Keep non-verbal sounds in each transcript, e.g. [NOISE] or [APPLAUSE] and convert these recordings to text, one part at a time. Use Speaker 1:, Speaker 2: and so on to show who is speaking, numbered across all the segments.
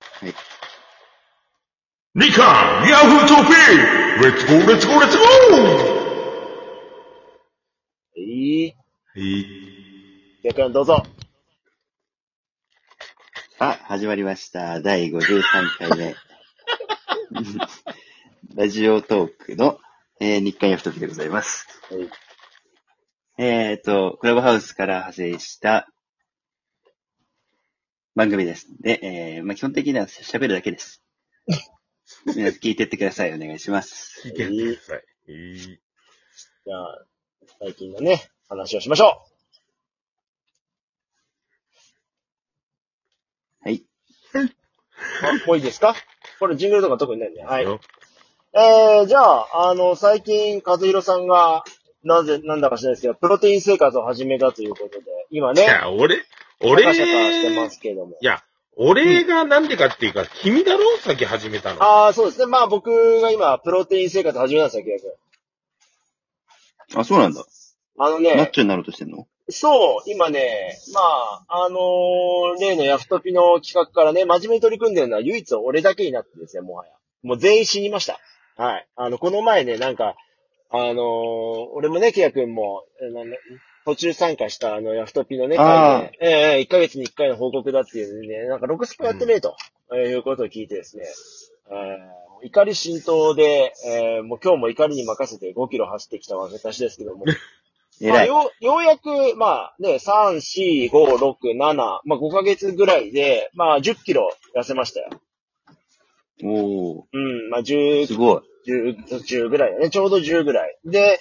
Speaker 1: はい。
Speaker 2: ニカンヤフートピーレッツゴーレッツゴーレッツゴー
Speaker 1: いい。
Speaker 2: はい。
Speaker 3: 逆にどうぞ。
Speaker 1: あ、始まりました。第53回目。ラジオトークの、えー日刊ヤフトピでございます。
Speaker 3: はい。
Speaker 1: えっ、と、クラブハウスから派生した番組です。で、えーまあ、基本的には喋るだけです。皆さん聞いてってください。お願いします。
Speaker 2: 聞いてやってください。はい
Speaker 3: じゃあ、最近のね、話をしましょ
Speaker 1: はい。
Speaker 3: う。あ、もういいですかこれジングルとか特にないね。はい。
Speaker 2: よ
Speaker 3: えー、じゃあ、あの、最近、和弘さんが、なぜ、なんだか知らないですけど、プロテイン生活を始めたということで、今
Speaker 2: い
Speaker 3: ね、
Speaker 2: や、俺、
Speaker 3: シャカシャカしてま
Speaker 2: 俺、
Speaker 3: すけども。
Speaker 2: 俺がなんでかっていうか、君だろ先始めたの。
Speaker 3: ああ、そうですね。まあ僕が今、プロテイン生活始めたんですよ、結局。
Speaker 1: あ、そうなんだ。
Speaker 3: あの
Speaker 1: マッ
Speaker 3: ね、
Speaker 1: チョになろうとしてんの
Speaker 3: そう、今ね、まあ、あのー例のヤフトピの企画からね、真面目に取り組んでるのは唯一俺だけになってですね、もはや。もう全員死にました。はい。あの、この前ね、なんか、あのー俺もね、ケヤ君も、えーなんだ途中参加したあの、ヤフトピのね、
Speaker 1: あー
Speaker 3: 会で、ええ1ヶ月に1回の報告だっていうね、なんか6スパやってねえと、えーいうことを聞いてですね、えー怒り浸透で、えーもう今日も怒りに任せて5キロ走ってきた私ですけども、まあ、
Speaker 1: 偉い。
Speaker 3: よう、ようやく、まあね、3、4、5、6、7、まあ5ヶ月ぐらいで、まあ10キロ痩せましたよ。
Speaker 1: お
Speaker 3: うん、まあ
Speaker 1: ー、す
Speaker 3: 10、
Speaker 1: ごい。
Speaker 3: 10、10ぐらいだね。ちょうど10ぐらい。で、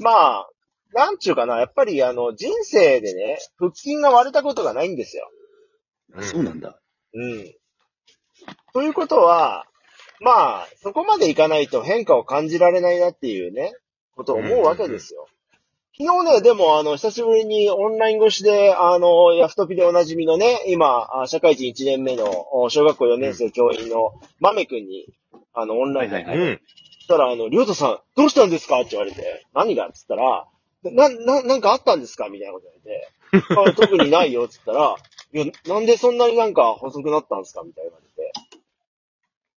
Speaker 3: まあ、なんちゅうかな、やっぱりあの、人生でね、腹筋が割れたことがないんですよ。
Speaker 2: うん
Speaker 1: そうなんだ。
Speaker 3: うん。ということは、まあ、そこまでいかないと変化を感じられないなっていうね、ことを思うわけですよ。昨日ね、でも、あの、久しぶりにオンライン越しで、あの、ヤフトピでおなじみのね、今、あ社会人1年目の、お小学校4年生教員のマメ君に、あの、オンラインで、
Speaker 1: はいは
Speaker 2: う
Speaker 1: い
Speaker 2: ん。
Speaker 3: そしたら、あの、りょうとさん、どうしたんですかって言われて、何がっつったら、な、な、なんかあったんですかみたいなこと言わ
Speaker 2: [LAUGHS]
Speaker 3: れて、あ特にないよっつったら、いや、なんでそんなになんか細くなったんですかみたいなこと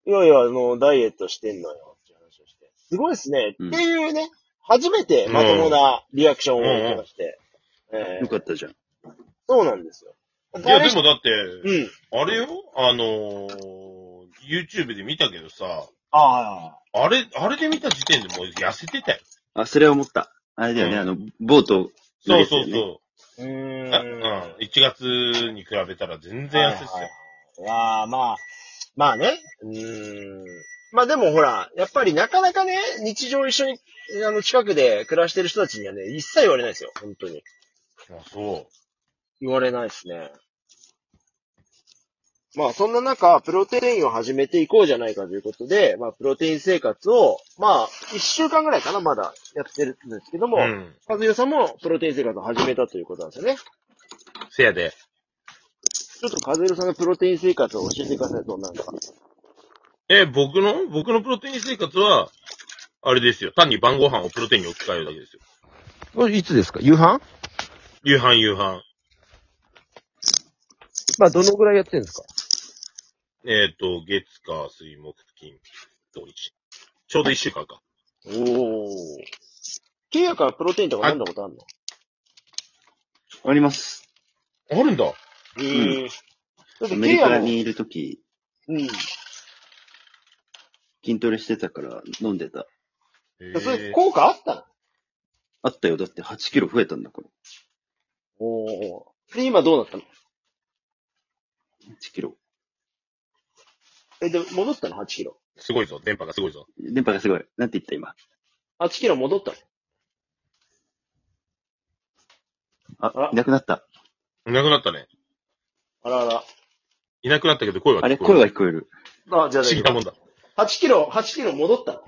Speaker 3: 言われて、いやいや、あの、ダイエットしてんのよ、って話をして。すごいですね、
Speaker 1: うん
Speaker 3: っていうね、初めてまともなリアクションをいただきて、えー
Speaker 1: よかったじゃん。
Speaker 3: そうなんですよ。
Speaker 2: いや、でもだって、
Speaker 3: うん。
Speaker 2: あれよあのー、YouTube で見たけどさ、
Speaker 3: ああ、
Speaker 2: あれ、あれで見た時点でもう痩せてたよ。
Speaker 1: あ、それは思った。あれだよね、
Speaker 2: うん
Speaker 1: あの、ボート、
Speaker 2: そうそう
Speaker 1: ですよ
Speaker 2: そう
Speaker 3: ー
Speaker 2: う。
Speaker 3: ん。
Speaker 2: あうん。1月に比べたら全然痩せてたよ。
Speaker 3: いやーまあ、まあね。うーん。まあでもほら、やっぱりなかなかね、日常一緒に、あの、近くで暮らしてる人たちにはね、一切言われないですよ。本当に。
Speaker 2: あそ
Speaker 3: 言われないですね。まあそんな中、プロテインを始めていこうじゃないかということで、まあプロテイン生活を、まあ、一週間ぐらいかな、まだやってるんですけど
Speaker 2: う。
Speaker 3: も、
Speaker 2: う
Speaker 3: 和
Speaker 2: ん。
Speaker 3: 代さんもプロテイン生活を始めたということなんですよね。
Speaker 2: せやで。
Speaker 3: ちょっと和代さんのプロテイン生活を教えてください、どんなのか。
Speaker 2: え、僕の僕のプロテイン生活は、あれですよ。単に晩ご飯をプロテインに置き換えるだけですよ。
Speaker 4: これいつですか夕飯
Speaker 2: 夕飯夕飯。
Speaker 4: まあ、どのぐらいやってるんですか
Speaker 2: えっ、と、月、火、水、木、金、土、日。ちょうど一週間か。
Speaker 3: おお。契約はプロテインとか飲んだことあるの
Speaker 1: ね。あります。
Speaker 2: あるんだ。
Speaker 3: うんん。だって
Speaker 1: ア
Speaker 3: 契
Speaker 1: メリカ
Speaker 3: 約も、
Speaker 1: にいるとき、
Speaker 3: うん。
Speaker 1: 筋トレしてたから飲んでた。
Speaker 2: え
Speaker 3: それ
Speaker 2: ー、
Speaker 3: 効果あったの
Speaker 1: あったよ。だって8キロ増えたんだから。
Speaker 3: おお。で、今どうなったの
Speaker 1: 8キロ。
Speaker 3: え、で、戻ったの ?8 キロ。
Speaker 2: すごいぞ。電波がすごいぞ。
Speaker 1: 電波がすごい。なんて言った今。
Speaker 3: 8キロ戻ったの
Speaker 1: あ、
Speaker 3: あら
Speaker 1: いなくなった。
Speaker 2: いなくなったね。
Speaker 3: あらあ
Speaker 2: いなくなったけど声は
Speaker 1: あれ、
Speaker 2: 聞こえる。
Speaker 1: 声は聞こえる。
Speaker 3: ら。あ、じゃあ
Speaker 2: 不思議なもんだ。
Speaker 3: 8キロ、8キロ戻ったの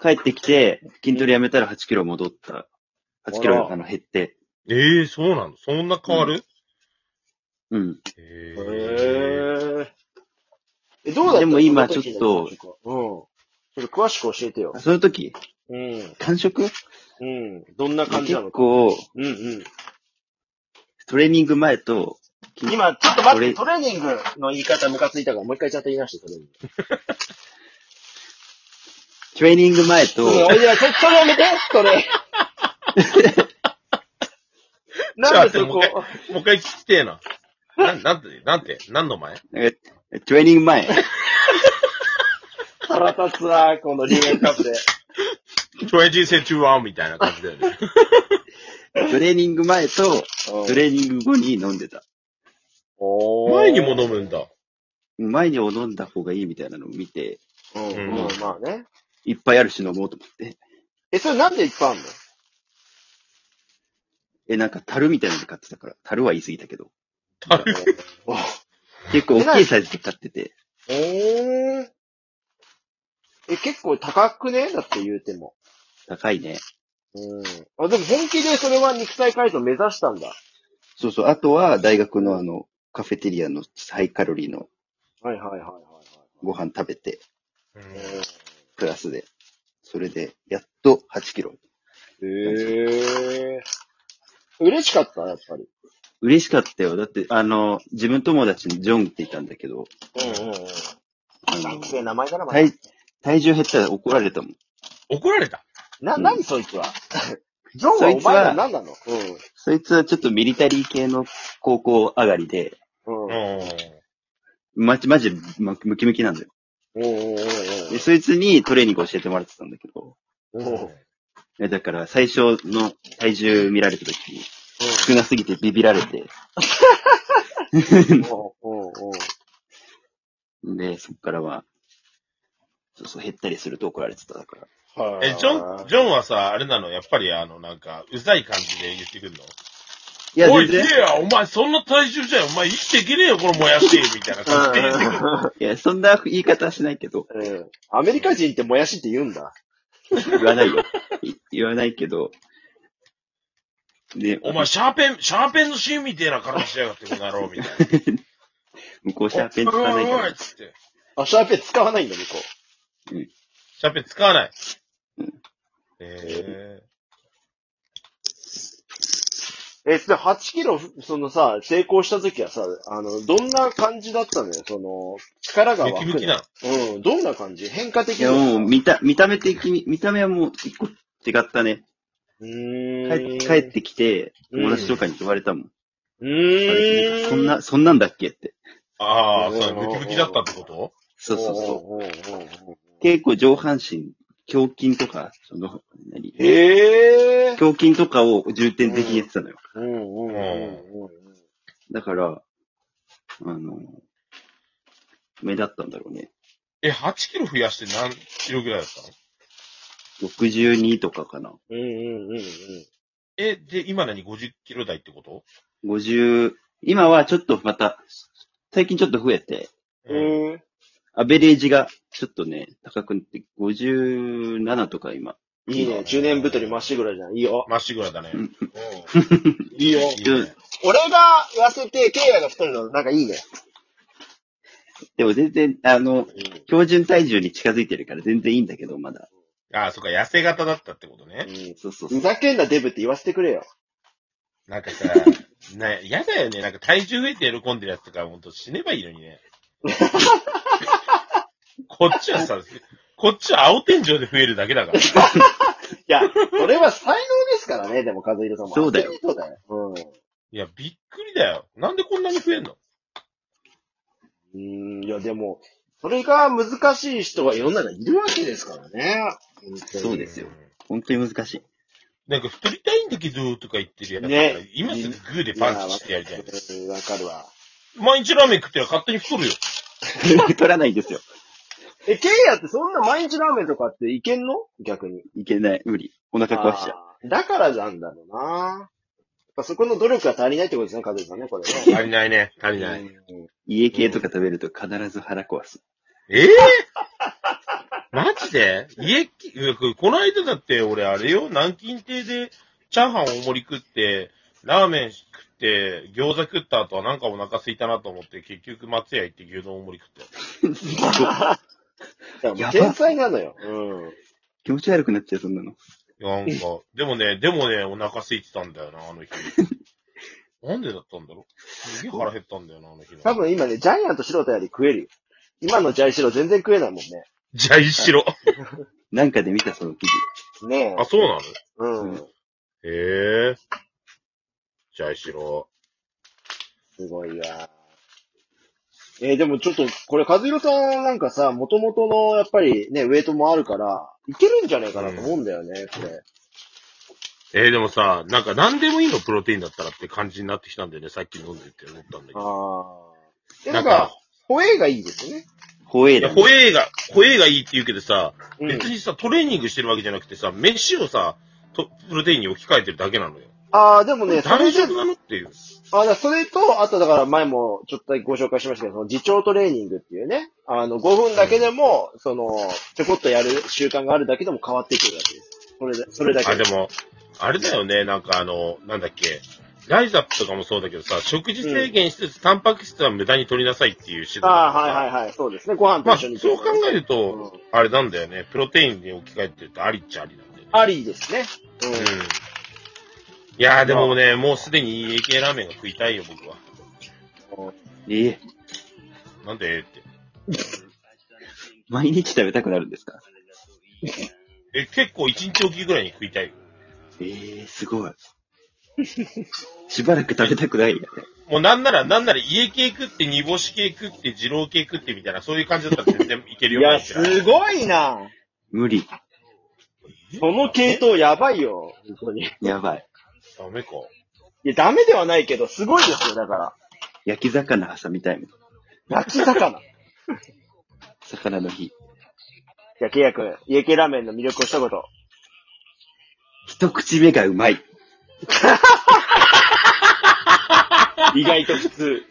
Speaker 1: 帰ってきて、筋トレやめたら8キロ戻った。8キ
Speaker 3: あ
Speaker 1: ロ、
Speaker 3: ら
Speaker 1: あの、減って。
Speaker 2: ええー、そうなのそんな変わる、
Speaker 1: うん。
Speaker 2: ええ
Speaker 3: へえ。え、どうだった
Speaker 1: でも今ちょっと
Speaker 3: うん。ちょっと詳しく教えてよ
Speaker 1: あ。その時、
Speaker 3: うん。
Speaker 1: 感触
Speaker 3: うん。どんな感じな
Speaker 1: 結
Speaker 3: の
Speaker 1: 構、
Speaker 3: うんうん。
Speaker 1: トレーニング前と、
Speaker 3: 今、ちょっとと待って、
Speaker 1: ト
Speaker 3: トレーニングの言い方ムカついたから、もう一回ちゃんと言い直して、トレーニング。
Speaker 1: トレーニング前と、
Speaker 3: うん、いや、そそれやめて、そ [LAUGHS] れ。なんでそこ、
Speaker 2: もう一回聞きてえな。な、なんて、なんて、何の [LAUGHS] 前
Speaker 1: えトレーニング前、
Speaker 3: 腹立つわ、このリーメンカッ [LAUGHS] プで。
Speaker 2: ?2021 みたいな感じだよね。
Speaker 1: トレーニング前と、トレーニング後に飲んでた。
Speaker 2: 前にも飲むんだ。
Speaker 1: 前に飲んだ方がいいみたいなのを見て、
Speaker 3: うん、うん
Speaker 2: うん、
Speaker 3: まあね。
Speaker 1: いっぱいあるし飲もうと思って。
Speaker 3: え、それなんでいっぱいあんの
Speaker 1: え、なんか樽みたいなの買ってたから、樽は言い過ぎたけど、
Speaker 2: 樽
Speaker 3: お
Speaker 1: 結構大きいサイズで買ってて、
Speaker 3: おーえ、結構高くねだって言うても。
Speaker 1: 高いね。
Speaker 3: うん。あ、でも本気でそれは肉体改造目指したんだ。
Speaker 1: そうそう、あとは大学のあの、カフェテリアのハイカロリーの
Speaker 3: はいはいはいはい、はい。
Speaker 1: ご飯食べて、
Speaker 2: うん
Speaker 1: プラスで。それで、やっと8キロ。
Speaker 3: へえ。嬉しかった、やっぱり。
Speaker 1: 嬉しかったよ。だって、あの、自分友達にジョンっていたんだけど、
Speaker 3: うんうんうん。
Speaker 1: あ
Speaker 3: 大
Speaker 1: の、
Speaker 3: 生名前からま
Speaker 1: 体、体重減ったら怒られたもん。
Speaker 2: 怒られた。
Speaker 3: な、
Speaker 1: うん
Speaker 3: なにそいつはジョンはお前ら何なの
Speaker 1: そいつはちょっとミリタリー系の高校上がりで、
Speaker 3: うん。
Speaker 2: う
Speaker 3: うん。
Speaker 2: ん。
Speaker 1: まじ、まじ、まムキムキなんだよ。
Speaker 3: おうおうおう
Speaker 1: で、そいつにトレーニング教えてもらってたんだけど、
Speaker 3: おうおう。
Speaker 1: えだから最初の体重見られた時に、少なすぎてビビられて、
Speaker 3: おうおうおう
Speaker 1: で、そっからは、そうそう、減ったりすると怒られてただから。
Speaker 3: はい
Speaker 2: え、ジョン、ジョンはさ、あれなのやっぱりあの、なんか、うざい感じで言ってくんの
Speaker 1: いや、
Speaker 2: おい、
Speaker 1: 全
Speaker 2: いや
Speaker 1: 然、
Speaker 2: お前、そんな体重じゃん。お前、生きていけねえよ、このもや
Speaker 1: [LAUGHS]
Speaker 2: し、みたいな感じで言ってくる。
Speaker 1: いや、そんな言い方はしないけど、
Speaker 3: うん。アメリカ人ってもやしって言うんだ。
Speaker 1: 言わないよ。い言わないけど。で、
Speaker 2: お前、シャーペン、シャーペンの芯みたいな体しやがって、この野郎、
Speaker 1: [LAUGHS]
Speaker 2: みたいな。
Speaker 1: 向こうシャーペン使わな
Speaker 2: お
Speaker 1: いか
Speaker 2: いおいおい
Speaker 1: ら
Speaker 2: っ。つって。
Speaker 3: あ、シャーペン使わないんだ、向こ
Speaker 2: シャーペン使わない。
Speaker 1: うん
Speaker 2: え
Speaker 3: う。え、で、8キロ、そのさ、成功した時はさ、あの、どんな感じだったのよ、その、力
Speaker 2: ー、
Speaker 3: が
Speaker 2: ム
Speaker 3: 湧
Speaker 2: キ
Speaker 3: く
Speaker 2: ムキなの。
Speaker 3: の。うん、どんな感じ変化的
Speaker 1: いや、
Speaker 3: なの
Speaker 1: もう、見た、見た目的に、見た目はもう一個違ったね。
Speaker 3: うーん。
Speaker 1: 帰帰ってきて、友達とかに言われたもん。
Speaker 3: う
Speaker 1: あれ
Speaker 3: ーん。
Speaker 1: そんな、そんなんだっけって。
Speaker 2: ああ、
Speaker 3: うん
Speaker 2: そう、ムキムキだったってこと
Speaker 1: そうそ
Speaker 3: おう
Speaker 1: うそう
Speaker 3: おうおうおう
Speaker 1: う。結構上半身、胸筋とか、その、何
Speaker 3: へえ。
Speaker 1: 胸筋とかを重点的にやってたのよ。
Speaker 3: うんうんうんうんうん。
Speaker 1: だから、あの、目立ったんだろうね。
Speaker 2: え、8キロ増やして何キロぐらいだったの
Speaker 1: 62とかかな。
Speaker 3: うんうんうんうん。
Speaker 2: え、で、今何 ?50 キロ台ってこと
Speaker 1: 50、今はちょっとまた、最近ちょっと増えて、
Speaker 2: ん。
Speaker 3: えー、
Speaker 1: アベレージがちょっとね、高くなって、57とか今。
Speaker 3: いいね。10年太りまっしぐらじゃん。いいよ。
Speaker 2: まっしぐらだね。
Speaker 3: いいよ。
Speaker 2: いいね
Speaker 3: 俺が痩せて、ケイヤが太るの、なんかいいね。
Speaker 1: でも全然、あの、標準体重に近づいてるから全然いいんだけど、まだ。
Speaker 2: ああ、そっか、痩せ型だったってことね。
Speaker 3: うん
Speaker 1: そうそうそ
Speaker 3: ふ
Speaker 1: う。
Speaker 3: ざけんなデブって言わせてくれよ。
Speaker 2: なんかさ、な、嫌だよね。なんか体重増えて喜んでるやつとか、ほんと死ねばいいのに [LAUGHS] ね。こっちはさ、こっちは青天井で増えるだけだから。
Speaker 3: い [LAUGHS] や、それは才能ですからね、でも、和弘さんも。
Speaker 1: そうだよ
Speaker 3: そうだよ。うん。
Speaker 2: いや、びっくりだよ。なんでこんなに増えんの
Speaker 3: うん、いや、でも、それが難しい人が世の中にいるわけですからね。
Speaker 1: そうですよ。本当に難しい。 [LAUGHS]
Speaker 2: なんか太りたいんだけど、とか言ってるやつ、
Speaker 3: ね
Speaker 2: 今すぐグーで
Speaker 3: い
Speaker 2: パンチしてやりたい。
Speaker 3: うんわかるわ。
Speaker 2: 毎日ラーメン食ってりゃ勝手に太るよ。
Speaker 1: 取らないんですよ。
Speaker 3: え、ケイヤってそんな毎日ラーメンとかっていけんの逆に。
Speaker 1: いけない。無理。お腹壊しちゃう。
Speaker 3: あーだからなんだろうな。やっぱそこの努力が足りないってことですね、カズさんね、これね。
Speaker 2: 足りないね。足りない。
Speaker 3: うん
Speaker 1: 家系とか食べると必ず腹壊す。
Speaker 2: ええ [LAUGHS] マジで家き、いやこの間だって俺あれよ、南京亭でチャーハン大盛り食って、ラーメン食って、餃子食った後はなんかお腹空いたなと思って、結局松屋行って牛丼大盛り食ったよ。
Speaker 3: だからも
Speaker 1: やば
Speaker 3: う天才なのよ。うん。
Speaker 1: 気持ち悪くなっちゃう、そんなの。
Speaker 3: [LAUGHS]
Speaker 2: なんか、でもね、でもね、お腹空いてたんだよな、あの日。なんでだったんだろうすげえ腹減ったんだよな、あの日の。
Speaker 3: 多分今ね、ジャイアント素人より食えるよ。今のジャイシロ全然食えないもんね。
Speaker 2: じゃあ、一ろ。
Speaker 1: なんかで見たその記事。
Speaker 3: ね
Speaker 2: あ、そうなの
Speaker 3: え。う。
Speaker 1: うん
Speaker 2: へえ。じゃあ、一ろ。
Speaker 3: すごいわ。えーでもちょっと、これ、和弘さんなんかさ、元々の、やっぱりね、ウェイトもあるから、いけるんじゃないかなと思うんだよね、これ。
Speaker 2: えー、でもさ、なんか何でもいいのプロテインだったらって感じになってきたんだよね、さっき飲んでて思ったんだけど。
Speaker 3: ああ。で、なんか、、ホエイがいいですよね。
Speaker 1: ホエ
Speaker 2: い
Speaker 1: ーだ、
Speaker 2: や、
Speaker 1: ね。
Speaker 2: ホエイが、ホエイがいいって言うけどさ、
Speaker 3: うん。
Speaker 2: 別にさ、トレーニングしてるわけじゃなくてさ、飯をさ、とプロテインに置き換えてるだけなのよ。
Speaker 3: ああ、でもね、それ
Speaker 2: 大
Speaker 3: で
Speaker 2: 丈、夫なのっていう。
Speaker 3: あだからそれと、あとだから前もちょっとだけご紹介しましたけど、その自重トレーニングっていうね、あの、5分だけでも、その、ちょこっとやる習慣があるだけでも変わってくるわけです。それで、それだけ
Speaker 2: あ、でも、あれだよね、なんかあの、なんだっけ、ライザップとかもそうだけどさ、食事制限しつつ、タンパク質は無駄に取りなさいっていう指導
Speaker 3: ああ、はい
Speaker 2: い。
Speaker 3: はいはい、そうですね。ご飯と
Speaker 2: まあ、
Speaker 3: 一緒
Speaker 2: そう
Speaker 3: に、
Speaker 2: 考えると、あれなんだよね、プロテインに置き換えてるとありっちゃありなんだよね。
Speaker 3: ありですね。
Speaker 2: うん。
Speaker 3: う
Speaker 2: いやーでもね、もうすでに家系ラーメンが食いたいよ、僕は。
Speaker 1: ええ
Speaker 2: なんでって。
Speaker 1: 毎日食べたくなるんですか
Speaker 2: え、結構一日おきぐらいに食いたいよ。
Speaker 1: ええすごい。 [LAUGHS] しばらく食べたくないよね。
Speaker 2: もうなんなら、なんなら家系食って、煮干し系食って、二郎系食ってみたいな、そういう感じだったら全然いけ
Speaker 3: ん。
Speaker 2: る
Speaker 3: い
Speaker 2: よ。
Speaker 3: や、
Speaker 2: こちら
Speaker 3: すごいな
Speaker 1: 無理。
Speaker 3: その系統やばいよ、本当に。い
Speaker 1: やばい。
Speaker 2: ダメか。
Speaker 3: や、ダメではないけど、すごいですよ、だから。
Speaker 1: 焼き魚挟みたいもん。
Speaker 3: 焼き魚。
Speaker 1: 魚の日。
Speaker 3: じゃあ、ケイヤ君、家系ラーメンの魅力を一言。
Speaker 1: 一口目がうま [LAUGHS] い。
Speaker 3: 意外と普通。